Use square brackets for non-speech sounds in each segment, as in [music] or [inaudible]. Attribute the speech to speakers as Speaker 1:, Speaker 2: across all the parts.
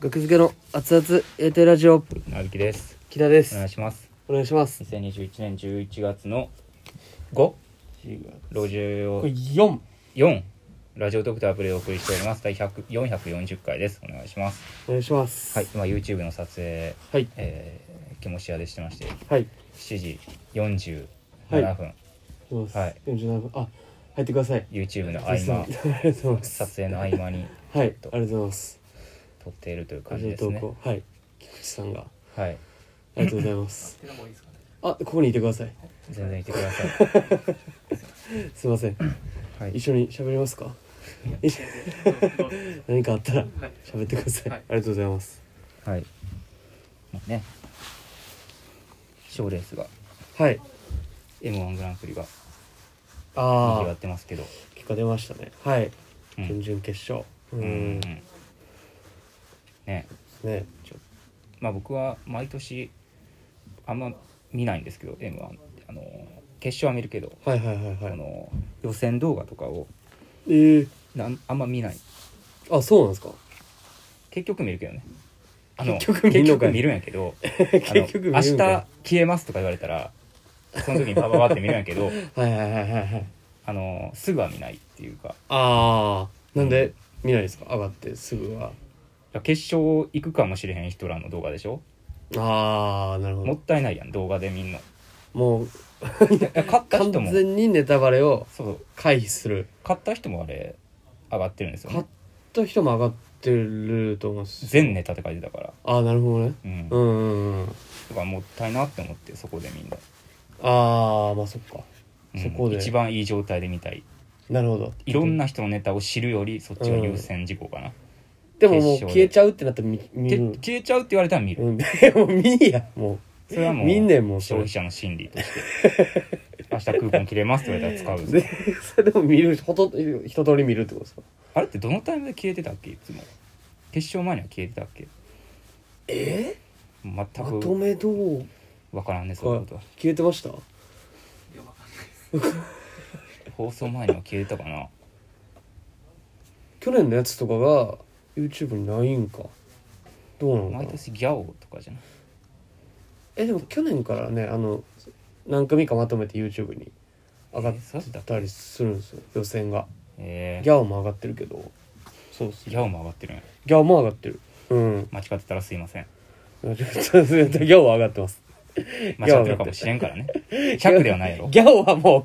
Speaker 1: 学付けの熱々やりたいラジオ
Speaker 2: なびきです
Speaker 1: 木田で
Speaker 2: お願い
Speaker 1: す
Speaker 2: します
Speaker 1: お願いします
Speaker 2: 2021年11月の 5? ラジオ
Speaker 3: 4
Speaker 2: 4ラジオトークとアプリでお送りしております第100 440回ですお願いします
Speaker 1: お願いします
Speaker 2: はい今 YouTube の撮影
Speaker 3: はい
Speaker 2: えー、気持ち屋でしてまして
Speaker 1: はいい
Speaker 2: 7時47分、
Speaker 1: きます
Speaker 2: はい
Speaker 1: 47分あ入ってください
Speaker 2: YouTube の合
Speaker 1: すいま
Speaker 2: 間
Speaker 1: せん [laughs] ありがとうございます
Speaker 2: 撮影の合間に
Speaker 1: はいあり
Speaker 2: と
Speaker 1: がとうございます
Speaker 2: 撮っているという
Speaker 1: ラ
Speaker 2: 感
Speaker 1: ジ
Speaker 2: じ
Speaker 1: オ
Speaker 2: です
Speaker 1: 投
Speaker 2: ね
Speaker 1: 稿はい菊池さんがあ
Speaker 2: はい
Speaker 1: りがとうございますあここにいてください
Speaker 2: 全然いてください、
Speaker 1: すいません
Speaker 2: はい、
Speaker 1: 一緒に喋りますか一緒に何かあったら喋ってくださいありがとうございます
Speaker 2: はい。まあね。賞レースが、
Speaker 1: はい
Speaker 2: M1 グランプリが、に
Speaker 1: あ
Speaker 2: ぎわ
Speaker 1: あ
Speaker 2: ってますけど。
Speaker 1: 結果出ましたねはい
Speaker 2: うん
Speaker 1: 準々決勝う
Speaker 2: うんん。ね。
Speaker 1: ね
Speaker 2: ちょまあ僕は毎年、あんま見ないんですけど、M1 って。あの、決勝は見るけど、
Speaker 1: はいはいはいは
Speaker 2: あ
Speaker 1: い
Speaker 2: の、予選動画とかを
Speaker 1: えー
Speaker 2: なんあんま見ない。
Speaker 1: あそうなんですか
Speaker 2: 結局見るけどね。あの
Speaker 1: 結局見ん
Speaker 2: 結
Speaker 1: のか
Speaker 2: 局
Speaker 1: い
Speaker 2: 見るんやけど
Speaker 1: [laughs] [laughs] 結局見るんかい
Speaker 2: あの明日消えますとか言われたらその時にバババって見るんや
Speaker 1: [laughs]
Speaker 2: けど
Speaker 1: はいはいはいはいはい
Speaker 2: あのすぐは見ないっていうか
Speaker 1: ああなんで見ないですか上がってすぐは
Speaker 2: 決勝行くかもしれへん人らの動画でしょ、
Speaker 1: ああなるほ
Speaker 2: もっ
Speaker 1: ど
Speaker 2: たいないやん動画でみんない
Speaker 1: もう
Speaker 2: や買った
Speaker 1: 完
Speaker 2: 人も
Speaker 1: 全にネタバレを
Speaker 2: そう
Speaker 1: 回避する
Speaker 2: 買った人もあれ上がってるんですよ、
Speaker 1: 買っ
Speaker 2: ね、
Speaker 1: た人も上がってると思うし
Speaker 2: 全ネタって書いてたから
Speaker 1: ああなるほどね
Speaker 2: うん、
Speaker 1: うんうんうん
Speaker 2: だからもったいなって思ってそこでみんな、
Speaker 1: ああまあそっか
Speaker 2: うん
Speaker 1: そこで
Speaker 2: 一番いい状態で見たい
Speaker 1: なるほど
Speaker 2: いろんな人のネタを知るよりそっちが優先事項かな、
Speaker 1: でももう
Speaker 2: 決勝で
Speaker 1: 消えちゃうってなったら見見
Speaker 2: け
Speaker 1: る
Speaker 2: 消えちゃうって言われたら見る、
Speaker 1: うんでも見いやも
Speaker 2: それはもう
Speaker 1: 見んねんもうそれ
Speaker 2: 消費者の心理として
Speaker 1: [laughs]
Speaker 2: 明日クーポン切れますって言われたら使うん
Speaker 1: う
Speaker 2: ですよ
Speaker 1: でそれでも見るほと一通り見るってことですか
Speaker 2: あれってどのタイムで消えてたっけいつも決勝前には消えてたっけ
Speaker 1: え
Speaker 2: 全
Speaker 1: まと
Speaker 2: く
Speaker 1: めどう
Speaker 2: 分からんねそういうことは
Speaker 1: 消えてました
Speaker 2: 放送前には消えたかな
Speaker 1: 去年のやつとかが YouTube にないんかどうなの
Speaker 2: 毎
Speaker 1: かな
Speaker 2: 年ギャオとかじゃない
Speaker 1: えでも去年からねあの何組かまとめて YouTube に上がっ
Speaker 2: えそうだった
Speaker 1: たりするんですよ予選が
Speaker 2: え
Speaker 1: ギ
Speaker 2: ー、
Speaker 1: ャオも上がってるけどそうっす
Speaker 2: ギャオも上がってるんや
Speaker 1: ギャオも上がってる
Speaker 2: [laughs]
Speaker 1: うん
Speaker 2: 間違ってたらすいません
Speaker 1: ちょっとギャオは上がってます
Speaker 2: 間違ってるかもしれんからね100ではないやろ
Speaker 1: ギャオはもう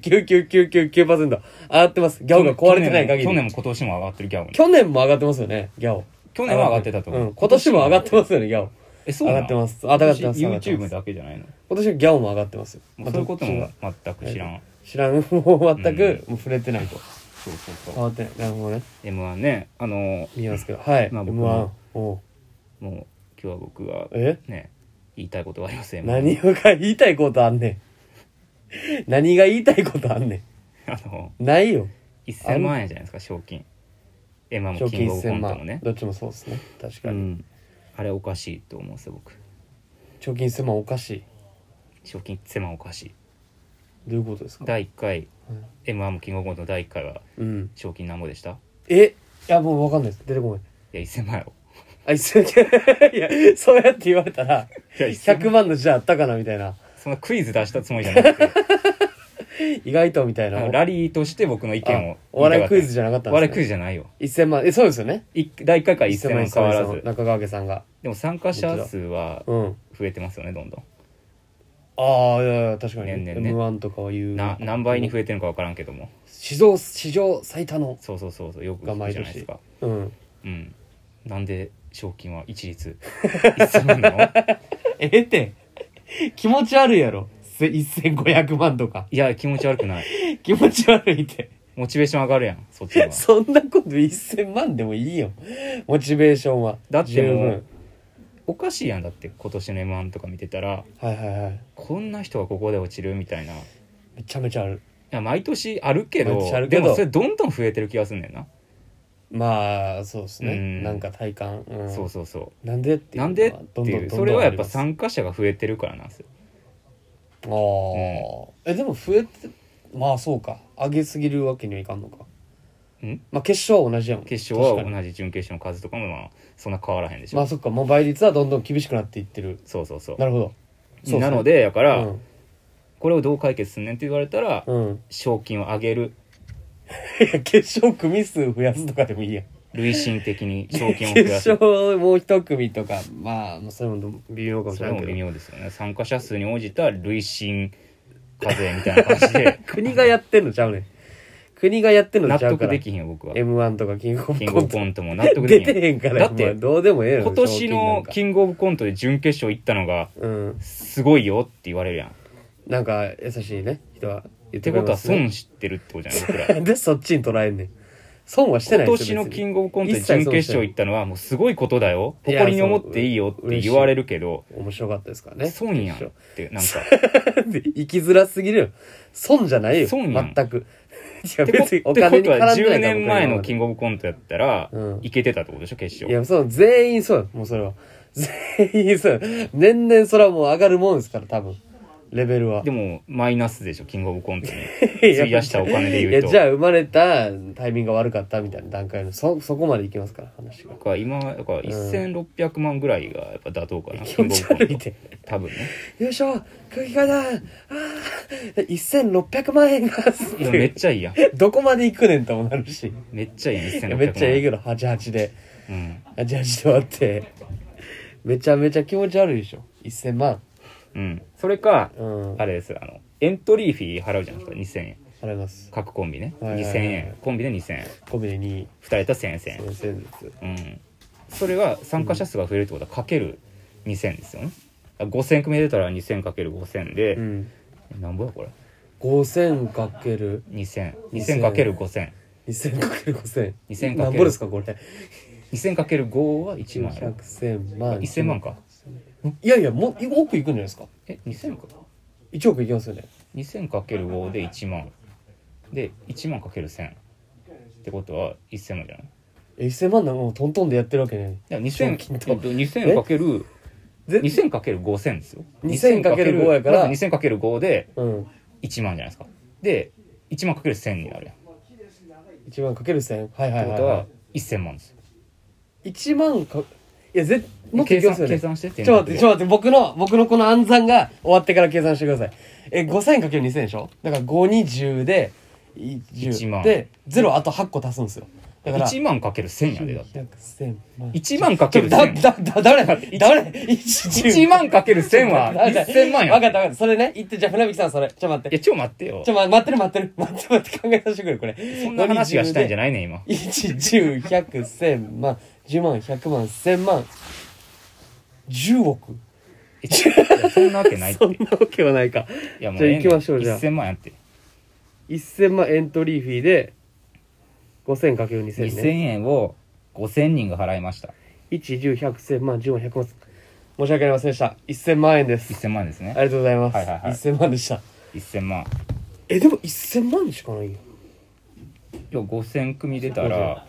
Speaker 1: 99.99999%上がってますギャオが壊れてない限り
Speaker 2: 去年も去年も今年も上がってるギャオね
Speaker 1: 去年も上がってますよねギャオ
Speaker 2: 去年は上がってたと
Speaker 1: う
Speaker 2: 思う、
Speaker 1: ん今年も上がってますよねギャオ
Speaker 2: えそう
Speaker 1: 上
Speaker 2: な
Speaker 1: が
Speaker 2: ん
Speaker 1: ってます上
Speaker 2: 今
Speaker 1: がっ
Speaker 2: 年
Speaker 1: てます上がってます
Speaker 2: YouTube だけじゃないの
Speaker 1: 今年はギャオも上がってますよ
Speaker 2: もうそういうことも全く知らん、
Speaker 1: 知らんもう全く
Speaker 2: う
Speaker 1: もう触れてないと
Speaker 2: そうそう
Speaker 1: 変
Speaker 2: そう
Speaker 1: わってないなるほどね
Speaker 2: m 1ねあの
Speaker 1: 見えますけどはい
Speaker 2: まあ
Speaker 1: M1
Speaker 2: 僕は
Speaker 1: おう
Speaker 2: もう今日は僕は
Speaker 1: え
Speaker 2: ね言いたいことがありません
Speaker 1: 何が言いたいことあんねん何が言いたいことあんね
Speaker 2: [laughs] あの
Speaker 1: んないよ
Speaker 2: 1000万円じゃないですか賞金エマも
Speaker 1: 賞
Speaker 2: キ
Speaker 1: 金
Speaker 2: ングオブコ
Speaker 1: 1000
Speaker 2: ント
Speaker 1: 万、
Speaker 2: もね
Speaker 1: どっちもそうですね確か
Speaker 2: う
Speaker 1: に、
Speaker 2: んあれおかしいと思うんですよ僕
Speaker 1: 賞金1000万おかしい
Speaker 2: 賞金1000万おかしい
Speaker 1: どういうことですか
Speaker 2: 第1回
Speaker 1: うん
Speaker 2: m 1もキングオブコントの第1回は
Speaker 1: うん
Speaker 2: 賞金なんぼでしたい
Speaker 1: えいやもう分かんないです出てこない
Speaker 2: や1000万よ
Speaker 1: あ一緒にいやそうやって言われたら
Speaker 2: いや
Speaker 1: 100万の字あったかなみたいな
Speaker 2: そんなクイズ出したつもりじゃな
Speaker 1: [laughs]
Speaker 2: くて
Speaker 1: 意外とみたいな
Speaker 2: ラリーとして僕の意見を
Speaker 1: あお笑いクイズじゃなかったんですね
Speaker 2: お笑いクイズじゃないよ
Speaker 1: 1000万えそうですよね
Speaker 2: い第1回から1000万変わら
Speaker 1: 1000
Speaker 2: ず
Speaker 1: 中川家さんが
Speaker 2: でも参加者数は
Speaker 1: うん
Speaker 2: 増えてますよねどんど
Speaker 1: ああいやいや確かに、
Speaker 2: 年々ね
Speaker 1: m 1とかは言うん
Speaker 2: な何倍に増えてるのか分からんけども
Speaker 1: 史上史上最多の
Speaker 2: そうそうそうそうよく聞くじゃないですか
Speaker 1: うん
Speaker 2: うんなんで賞金は一律1000万
Speaker 1: [laughs]
Speaker 2: なの
Speaker 1: ええって [laughs] 気持ち悪いやろせ1500万とか [laughs]
Speaker 2: いや気持ち悪くない
Speaker 1: 気持ち悪いって
Speaker 2: モチベーション上がるやんそっちの方が
Speaker 1: [laughs] そんなこと1000万でもいいよモチベーションは
Speaker 2: だってもう
Speaker 1: 十分
Speaker 2: おかしいやんだって今年の m 1とか見てたら
Speaker 1: はいはいはい
Speaker 2: こんな人がここで落ちるみたいない
Speaker 1: めちゃめちゃある
Speaker 2: や毎年あるけど
Speaker 1: 毎年あるけど
Speaker 2: でもそれどんどん増えてる気がすんねんな、
Speaker 1: まあそうですね、
Speaker 2: うん
Speaker 1: なんか体感、うん、
Speaker 2: そうそうそ
Speaker 1: なんでって
Speaker 2: う
Speaker 1: いうのは
Speaker 2: なんでって
Speaker 1: どんどんどん
Speaker 2: い
Speaker 1: ど
Speaker 2: うんそれはやっぱ
Speaker 1: あり
Speaker 2: 参加者が増えてるからなんですよ
Speaker 1: ますあー、えでも増えてまあそうか上げすぎるわけにはいかんのか
Speaker 2: ん
Speaker 1: まあ決勝は同じやもん
Speaker 2: 決勝は
Speaker 1: 確か
Speaker 2: 同じ準決勝の数とかもまあそんな変わらへんでし
Speaker 1: に
Speaker 2: ょ、
Speaker 1: まあそっかもう倍率はどんどん厳しくなっていってる
Speaker 2: そうそうそう
Speaker 1: なるほどそう
Speaker 2: なのでやから、
Speaker 1: うん
Speaker 2: これをどう解決すんねんって言われたら、
Speaker 1: うん
Speaker 2: 賞金を上げる
Speaker 1: いや決勝組数増やすとかでもいいやん
Speaker 2: 累進
Speaker 1: [laughs]
Speaker 2: 的に賞金を増
Speaker 1: 決
Speaker 2: やす
Speaker 1: 勝もう一組とかまあまあそれも微妙かもし
Speaker 2: そ
Speaker 1: れ
Speaker 2: れ
Speaker 1: ない
Speaker 2: も
Speaker 1: け
Speaker 2: 微
Speaker 1: ど
Speaker 2: 妙ですよね参加者数に応じた累進課税みたいな
Speaker 1: [laughs]
Speaker 2: 感じで
Speaker 1: 国がやってんのちゃうねん国がやってんの
Speaker 2: 納
Speaker 1: ちゃうか
Speaker 2: 得
Speaker 1: ら
Speaker 2: できひんよ僕は
Speaker 1: m 1とかキングオブ
Speaker 2: キング
Speaker 1: コ
Speaker 2: オ
Speaker 1: ン
Speaker 2: ブ
Speaker 1: ト
Speaker 2: コントも納得
Speaker 1: 出
Speaker 2: できへん
Speaker 1: てへんから
Speaker 2: だって
Speaker 1: お前どうでもええのよ
Speaker 2: 今年の
Speaker 1: 賞
Speaker 2: キングオブコントで準決勝行ったのが
Speaker 1: 金なんか
Speaker 2: すごいよって言われるやんっ
Speaker 1: うんなんか優しいね人は言っててく
Speaker 2: こ
Speaker 1: れ
Speaker 2: とは
Speaker 1: ますね
Speaker 2: 損知ってるってことじゃない僕ら
Speaker 1: なん [laughs] でそっちに捉えんねん損はしてな
Speaker 2: 今
Speaker 1: いです
Speaker 2: 年
Speaker 1: よ
Speaker 2: の
Speaker 1: 別
Speaker 2: キ
Speaker 1: に
Speaker 2: ングオブコントで準決勝行ったのはもうすごいことだよ
Speaker 1: いや
Speaker 2: 誇りに思っていいよって言われるけど
Speaker 1: 面白かったですからね
Speaker 2: 損やん
Speaker 1: 決
Speaker 2: っ
Speaker 1: 勝
Speaker 2: てなんか
Speaker 1: [laughs] で生きづらすぎるよ損じゃないよ
Speaker 2: 損やん
Speaker 1: 全くい [laughs] や
Speaker 2: ってこ
Speaker 1: 別
Speaker 2: って
Speaker 1: に
Speaker 2: こ
Speaker 1: お
Speaker 2: とは
Speaker 1: 金に絡んでないから
Speaker 2: 10年前の
Speaker 1: 僕
Speaker 2: キ
Speaker 1: ら
Speaker 2: ングオブコントやったら
Speaker 1: うん
Speaker 2: いけてたってことでしょ決
Speaker 1: い
Speaker 2: 勝
Speaker 1: やそう全員そうよもうそれは全員そうよ年々それはもう上がるもんですから多分レベルは
Speaker 2: でもマイナスでしょキングオブコントに
Speaker 1: [laughs] いや
Speaker 2: 費やしたお金で
Speaker 1: い
Speaker 2: 言う
Speaker 1: や
Speaker 2: と
Speaker 1: じゃあ生まれたタイミングが悪かったみたいな段階のそそこまでいきますから話が
Speaker 2: だから今だから1600万ぐらいがやっぱ妥当かな、
Speaker 1: 気持ち悪いて
Speaker 2: 多分
Speaker 1: [laughs]
Speaker 2: ね
Speaker 1: よいしょ空気階段あー1600万円が
Speaker 2: いやめっちゃいいやん
Speaker 1: どこまで行くねんともなるし
Speaker 2: めっちゃいいやん1600
Speaker 1: いや
Speaker 2: 万
Speaker 1: めっちゃええけど88で
Speaker 2: うん
Speaker 1: 88で終わってめちゃめちゃ気持ち悪いでしょ1000万
Speaker 2: うんそれか、
Speaker 1: うん
Speaker 2: あれですあのエントリーフィー払うじゃないですか2000円
Speaker 1: 払います
Speaker 2: 各コンビね、
Speaker 1: はいはいはい
Speaker 2: 2000円コンビで2000円
Speaker 1: コミで2位
Speaker 2: 2人やったら1000円1000円
Speaker 1: 先生です
Speaker 2: うん、それが参加者数が増えるってことはかける2000ですよね5000組出たら 2000×5000 で、
Speaker 1: うん
Speaker 2: なんぼやこれ
Speaker 1: 5000×2000
Speaker 2: 20002000×5000
Speaker 1: 2000×5000
Speaker 2: 2000
Speaker 1: 何ぼですかこれ
Speaker 2: 2000×5 は1万円
Speaker 1: 100万
Speaker 2: 1000万か
Speaker 1: いやいやもう奥いくんじゃないですか
Speaker 2: え2000か
Speaker 1: 1億いきますよね
Speaker 2: 2000×5 で1万で1万 ×1000 ってことは1000万じゃない
Speaker 1: え1000万なんかもうトントンでやってるわけね
Speaker 2: だから2000
Speaker 1: 賞金と
Speaker 2: えっと2000かける
Speaker 1: ぜ
Speaker 2: 2000×5000 ですよ
Speaker 1: 2000×5 やから
Speaker 2: まず 2000×5 で
Speaker 1: うん
Speaker 2: 1万じゃないですかで1万 ×1000 になるやん
Speaker 1: 1万かける1000はいはいは
Speaker 2: ってこ
Speaker 1: い
Speaker 2: と
Speaker 1: は
Speaker 2: は1000万ですよ。
Speaker 1: い1万かいやぜもっとい
Speaker 2: 計
Speaker 1: きま
Speaker 2: 算
Speaker 1: すよね
Speaker 2: 計算して
Speaker 1: ちょっと待って、ちょっと待って、僕の、僕のこの暗算が終わってから計算してください。え、5000×2000 でしょだから5に10で、い
Speaker 2: 1
Speaker 1: 10
Speaker 2: 万
Speaker 1: で、0あと8個足すんですよ。だから、
Speaker 2: 1万かける1000やでだって。
Speaker 1: 100 1000万。
Speaker 2: 1万か
Speaker 1: ち
Speaker 2: け
Speaker 1: ょ
Speaker 2: る
Speaker 1: だ、
Speaker 2: 1000。
Speaker 1: だ、だ、誰だ誰 ?1
Speaker 2: 1万かける1000は1000万や。
Speaker 1: [laughs] わかっ
Speaker 2: い
Speaker 1: たわかった。それね、言って、じゃあ船引さんそれ。ちょ、待って。
Speaker 2: や、ちょ、待ってよ
Speaker 1: ちょ、。ま待ってる待ってる。待って待って、考えさせてくれ、これ。
Speaker 2: そんな話がしたいんじゃ
Speaker 1: ゃ
Speaker 2: ないねん、今。
Speaker 1: ?1、10、100、1000万、10万、100万、1000万、10億。
Speaker 2: いやそんなわけないっ
Speaker 1: [laughs]
Speaker 2: て。
Speaker 1: そん
Speaker 2: い
Speaker 1: なわけはないか。
Speaker 2: や、も
Speaker 1: じ
Speaker 2: う
Speaker 1: ゃあ
Speaker 2: ええねん。
Speaker 1: 行きましょうじゃあ
Speaker 2: 1000万やって。
Speaker 1: 1000万エントリーフィーで 5000×2000
Speaker 2: 2000
Speaker 1: ね
Speaker 2: 円を5000人が払いました。
Speaker 1: 1101001000万10万100万申し訳ありませんでした1000万円です
Speaker 2: 1000万です
Speaker 1: あ
Speaker 2: ね。
Speaker 1: りがとうございます、
Speaker 2: はいはいはい
Speaker 1: 1000万でした
Speaker 2: 1000万。
Speaker 1: えでも1000万しかないよ
Speaker 2: 今日5000組出たら、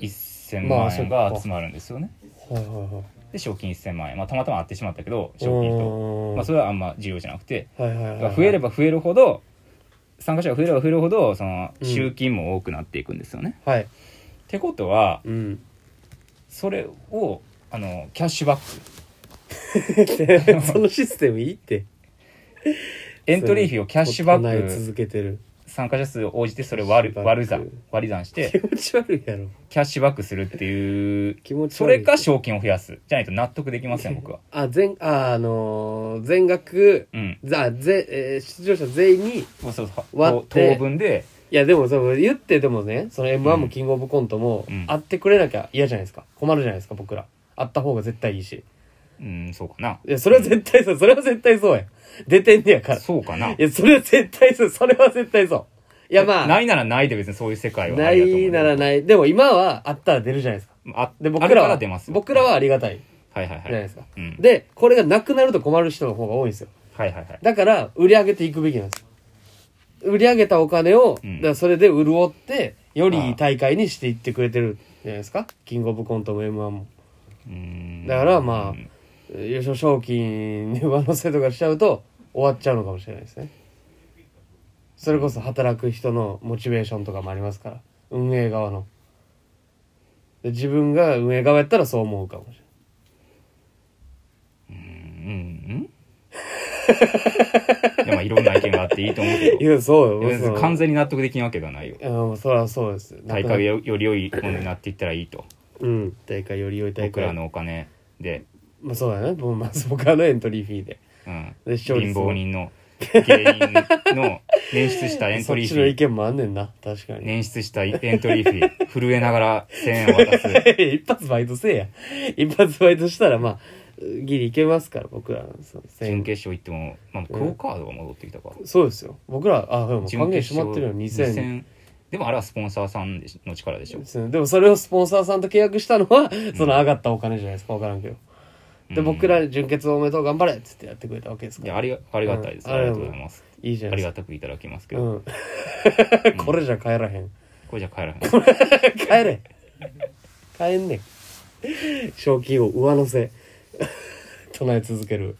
Speaker 2: 1000万円が集まるんですよね。
Speaker 1: はいはいはい
Speaker 2: で、賞金1000万円。まあ、たまたま合ってしまったけど、
Speaker 1: う
Speaker 2: 賞金と。
Speaker 1: ーん
Speaker 2: まあ、それはあんま重要じゃなくて。
Speaker 1: はいはいはいはい
Speaker 2: 増えれば増えるほど参加者が増えれば増えるほどその
Speaker 1: うん
Speaker 2: 集金も多くなっていくんですよね。
Speaker 1: はい
Speaker 2: ってことは
Speaker 1: うん [laughs]
Speaker 2: それをあのキャッシュバック
Speaker 1: そのシステムいいって
Speaker 2: エントリーフィーをキャッシュバ
Speaker 1: 行い
Speaker 2: ック
Speaker 1: 続けてる
Speaker 2: 参加者数応じてそれ割る
Speaker 1: キャッシュバック
Speaker 2: 割る算割り算し
Speaker 1: 気
Speaker 2: て
Speaker 1: 持ち悪いやろ
Speaker 2: キャッシュバックするっていう
Speaker 1: 気持ち悪い
Speaker 2: それか賞金を増やすじゃないと納得できません僕は。
Speaker 1: あ全ああのー全額
Speaker 2: うん、
Speaker 1: ざぜ、えー出場者全員に
Speaker 2: そうそうそう
Speaker 1: 割っ
Speaker 2: 当
Speaker 1: て
Speaker 2: 当分で
Speaker 1: いやでもその言ってでもねその m 1
Speaker 2: う
Speaker 1: も
Speaker 2: ん
Speaker 1: キングオブコントも
Speaker 2: うん
Speaker 1: 会ってくれなきゃ嫌じゃないですか困るじゃないですか僕ら会った方が絶対いいし
Speaker 2: うんそうかない
Speaker 1: やそれは絶対そうそれは絶対そうや出てんねやからい
Speaker 2: そうかない
Speaker 1: やそれは絶対そうそれは絶対そういやまあ
Speaker 2: ないならないで別にそういう世界は
Speaker 1: な
Speaker 2: ありだと思う
Speaker 1: いならないでも今は会ったら出るじゃないですか
Speaker 2: あ
Speaker 1: で
Speaker 2: あ
Speaker 1: 僕
Speaker 2: るからら
Speaker 1: は
Speaker 2: 出ますよ
Speaker 1: 僕らはありがたい
Speaker 2: はいは
Speaker 1: じ
Speaker 2: いは
Speaker 1: ゃ
Speaker 2: い
Speaker 1: ないですか、
Speaker 2: うん
Speaker 1: でこれがなくなると困る人の方が多いんですよ
Speaker 2: はいはいはい
Speaker 1: だから売り上げていくべきなんです売り上げたお金を、
Speaker 2: うん
Speaker 1: だからそれで潤ってよりいい大会にしていってくれてるじゃないですかキングオブコントも m 1も
Speaker 2: うん
Speaker 1: だからまあ
Speaker 2: うん
Speaker 1: 優勝賞金に上乗せとかしちゃうと終わっちゃうのかもしれないですねそれこそ働く人のモチベーションとかもありますから運営側ので自分が運営側やったらそう思うかもしれない
Speaker 2: うん [laughs] うんいやまあいろんな意見があっていいと思うけ
Speaker 1: いやそうよ
Speaker 2: ど別に完全に納得できんわけではないよ
Speaker 1: うんそりゃそうです
Speaker 2: 大会がよより良いものになっていったらいいと
Speaker 1: うん大会より良い大会
Speaker 2: 僕らのお金で、
Speaker 1: まあそうだねもうまず僕らのエントリーフィーで
Speaker 2: うん、
Speaker 1: で視聴率
Speaker 2: 貧
Speaker 1: も
Speaker 2: 乏人の芸人の捻出したエント
Speaker 1: そっ
Speaker 2: リー
Speaker 1: ち
Speaker 2: フ
Speaker 1: の意
Speaker 2: ィー
Speaker 1: 見もあんねんな確かに、
Speaker 2: 捻出したエントリーフィー震えながら1000円を渡
Speaker 1: [laughs] [laughs]
Speaker 2: す
Speaker 1: 一発バイトせえや一発バイトしたらまあギリいけますから僕らのその
Speaker 2: 準決勝行っても、まあ、クオ・カードが戻ってきたか、
Speaker 1: そうですよ僕らあでも還元しまってるよ
Speaker 2: 2000
Speaker 1: 2000
Speaker 2: でもあれはスポンサーさんでしの力でしょ
Speaker 1: でもそれをスポンサーさんと契約したのはその上がったお金じゃないですか分からんけどで
Speaker 2: うん
Speaker 1: 僕ら純潔おめでとう頑張れっつってやってくれたわけですか
Speaker 2: で
Speaker 1: ら
Speaker 2: ありがありがたいです、
Speaker 1: うん
Speaker 2: ありがとうございます
Speaker 1: いいじゃ
Speaker 2: あ
Speaker 1: ないで
Speaker 2: り
Speaker 1: す
Speaker 2: がたくいただきますけ
Speaker 1: か
Speaker 2: ど、
Speaker 1: うん [laughs] これじゃ帰らへん
Speaker 2: これじゃ帰らへん
Speaker 1: 帰れ帰んねん賞金を上乗せ唱え続ける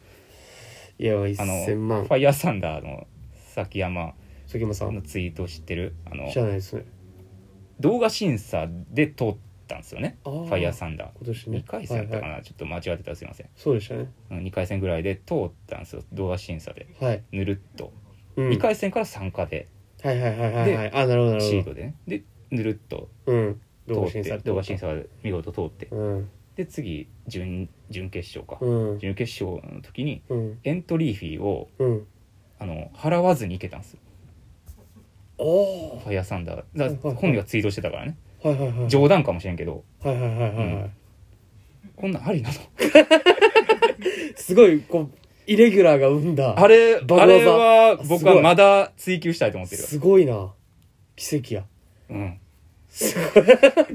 Speaker 1: いや
Speaker 2: あの
Speaker 1: 1000
Speaker 2: フ
Speaker 1: 万
Speaker 2: ァイヤーサンダーの崎山
Speaker 1: 関間さ
Speaker 2: の
Speaker 1: ん
Speaker 2: ツイート知ってるあの
Speaker 1: 知らないですね
Speaker 2: 動画審査で通ったんですよね
Speaker 1: あ
Speaker 2: フ
Speaker 1: ー
Speaker 2: ァイヤーサンダー
Speaker 1: 今年ね
Speaker 2: 2回戦だったかな、
Speaker 1: はいはい
Speaker 2: ちょっと間違ってたらすいません
Speaker 1: そうでしたね
Speaker 2: 2回戦ぐらいで通ったんですよ動画審査で
Speaker 1: はい、
Speaker 2: ぬるっと、
Speaker 1: うん
Speaker 2: 2回戦から参加で
Speaker 1: はいはいはいはいはい
Speaker 2: で
Speaker 1: あなるほどな
Speaker 2: シ
Speaker 1: る
Speaker 2: ー
Speaker 1: ほ
Speaker 2: ドでねでぬるっと
Speaker 1: どうん
Speaker 2: 通
Speaker 1: 動画
Speaker 2: っ
Speaker 1: 審査
Speaker 2: て動画審査で見事通って
Speaker 1: うん
Speaker 2: で次準準決勝か、
Speaker 1: うん
Speaker 2: 準決勝の時に
Speaker 1: うん
Speaker 2: エントリーフィーを
Speaker 1: うん
Speaker 2: あの払わずに行けたんですよ
Speaker 1: おお
Speaker 2: ファイヤーサンダーだ
Speaker 1: はいはい
Speaker 2: 本人がツイートしてたからね
Speaker 1: はいはいはい
Speaker 2: 冗談かもしれんけど
Speaker 1: はいはいはいはい、は
Speaker 2: うこんなんありなの
Speaker 1: いすごいこうイレギュラーが生んだ
Speaker 2: あれ、
Speaker 1: バグ技
Speaker 2: あれは
Speaker 1: す
Speaker 2: 僕
Speaker 1: ご
Speaker 2: はいまだ追求したいと思ってるよ。
Speaker 1: すごいな奇跡や [laughs]
Speaker 2: うん。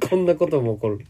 Speaker 1: こんなことも起こる